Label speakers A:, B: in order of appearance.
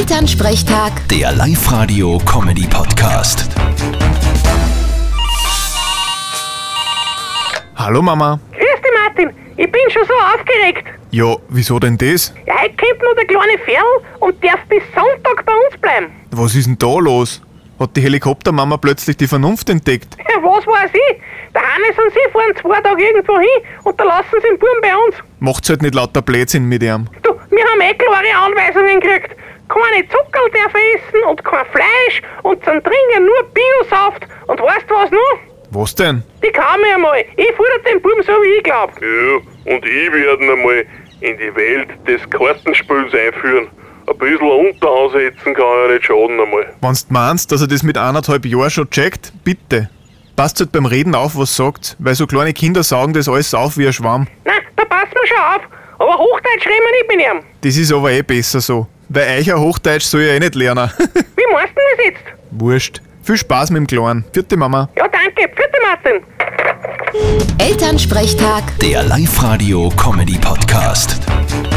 A: Elternsprechtag,
B: Der Live-Radio-Comedy-Podcast.
C: Hallo Mama.
D: Grüß dich, Martin. Ich bin schon so aufgeregt.
C: Ja, wieso denn das?
D: Ja, heute kommt nur der kleine Ferl und darf bis Sonntag bei uns bleiben.
C: Was ist denn da los? Hat die Helikoptermama plötzlich die Vernunft entdeckt?
D: Ja, was weiß ich? Der Hannes und sie fahren zwei Tage irgendwo hin und da lassen sie den Buben bei uns.
C: Macht's halt nicht lauter Blödsinn mit ihm.
D: Du, wir haben eh klare Anweisungen gekriegt. Keine Zuckerl darf er essen und kein Fleisch und zum Trinken nur Biosaft. Und weißt du was noch?
C: Was denn?
D: Die kann mir einmal. Ich fordere den Buben so, wie ich glaub.
E: Ja, und ich werden einmal in die Welt des Kartenspiels einführen. Ein bisschen Unterhose setzen kann ja nicht schaden einmal.
C: Wenn's du meinst, dass er das mit anderthalb Jahren schon checkt, bitte. Passt halt beim Reden auf, was sagt, weil so kleine Kinder saugen das alles auf wie ein Schwamm.
D: Na, da passen wir schon auf. Aber Hochdeutsch reden wir nicht mit ihm.
C: Das ist aber eh besser so. Weil euch ein Hochdeutsch soll ja eh nicht lernen.
D: Wie meinst du denn das jetzt?
C: Wurscht. Viel Spaß mit dem Kleinen. Vierte Mama.
D: Ja, danke. Vierte Martin.
A: Elternsprechtag.
B: Der Live-Radio-Comedy-Podcast.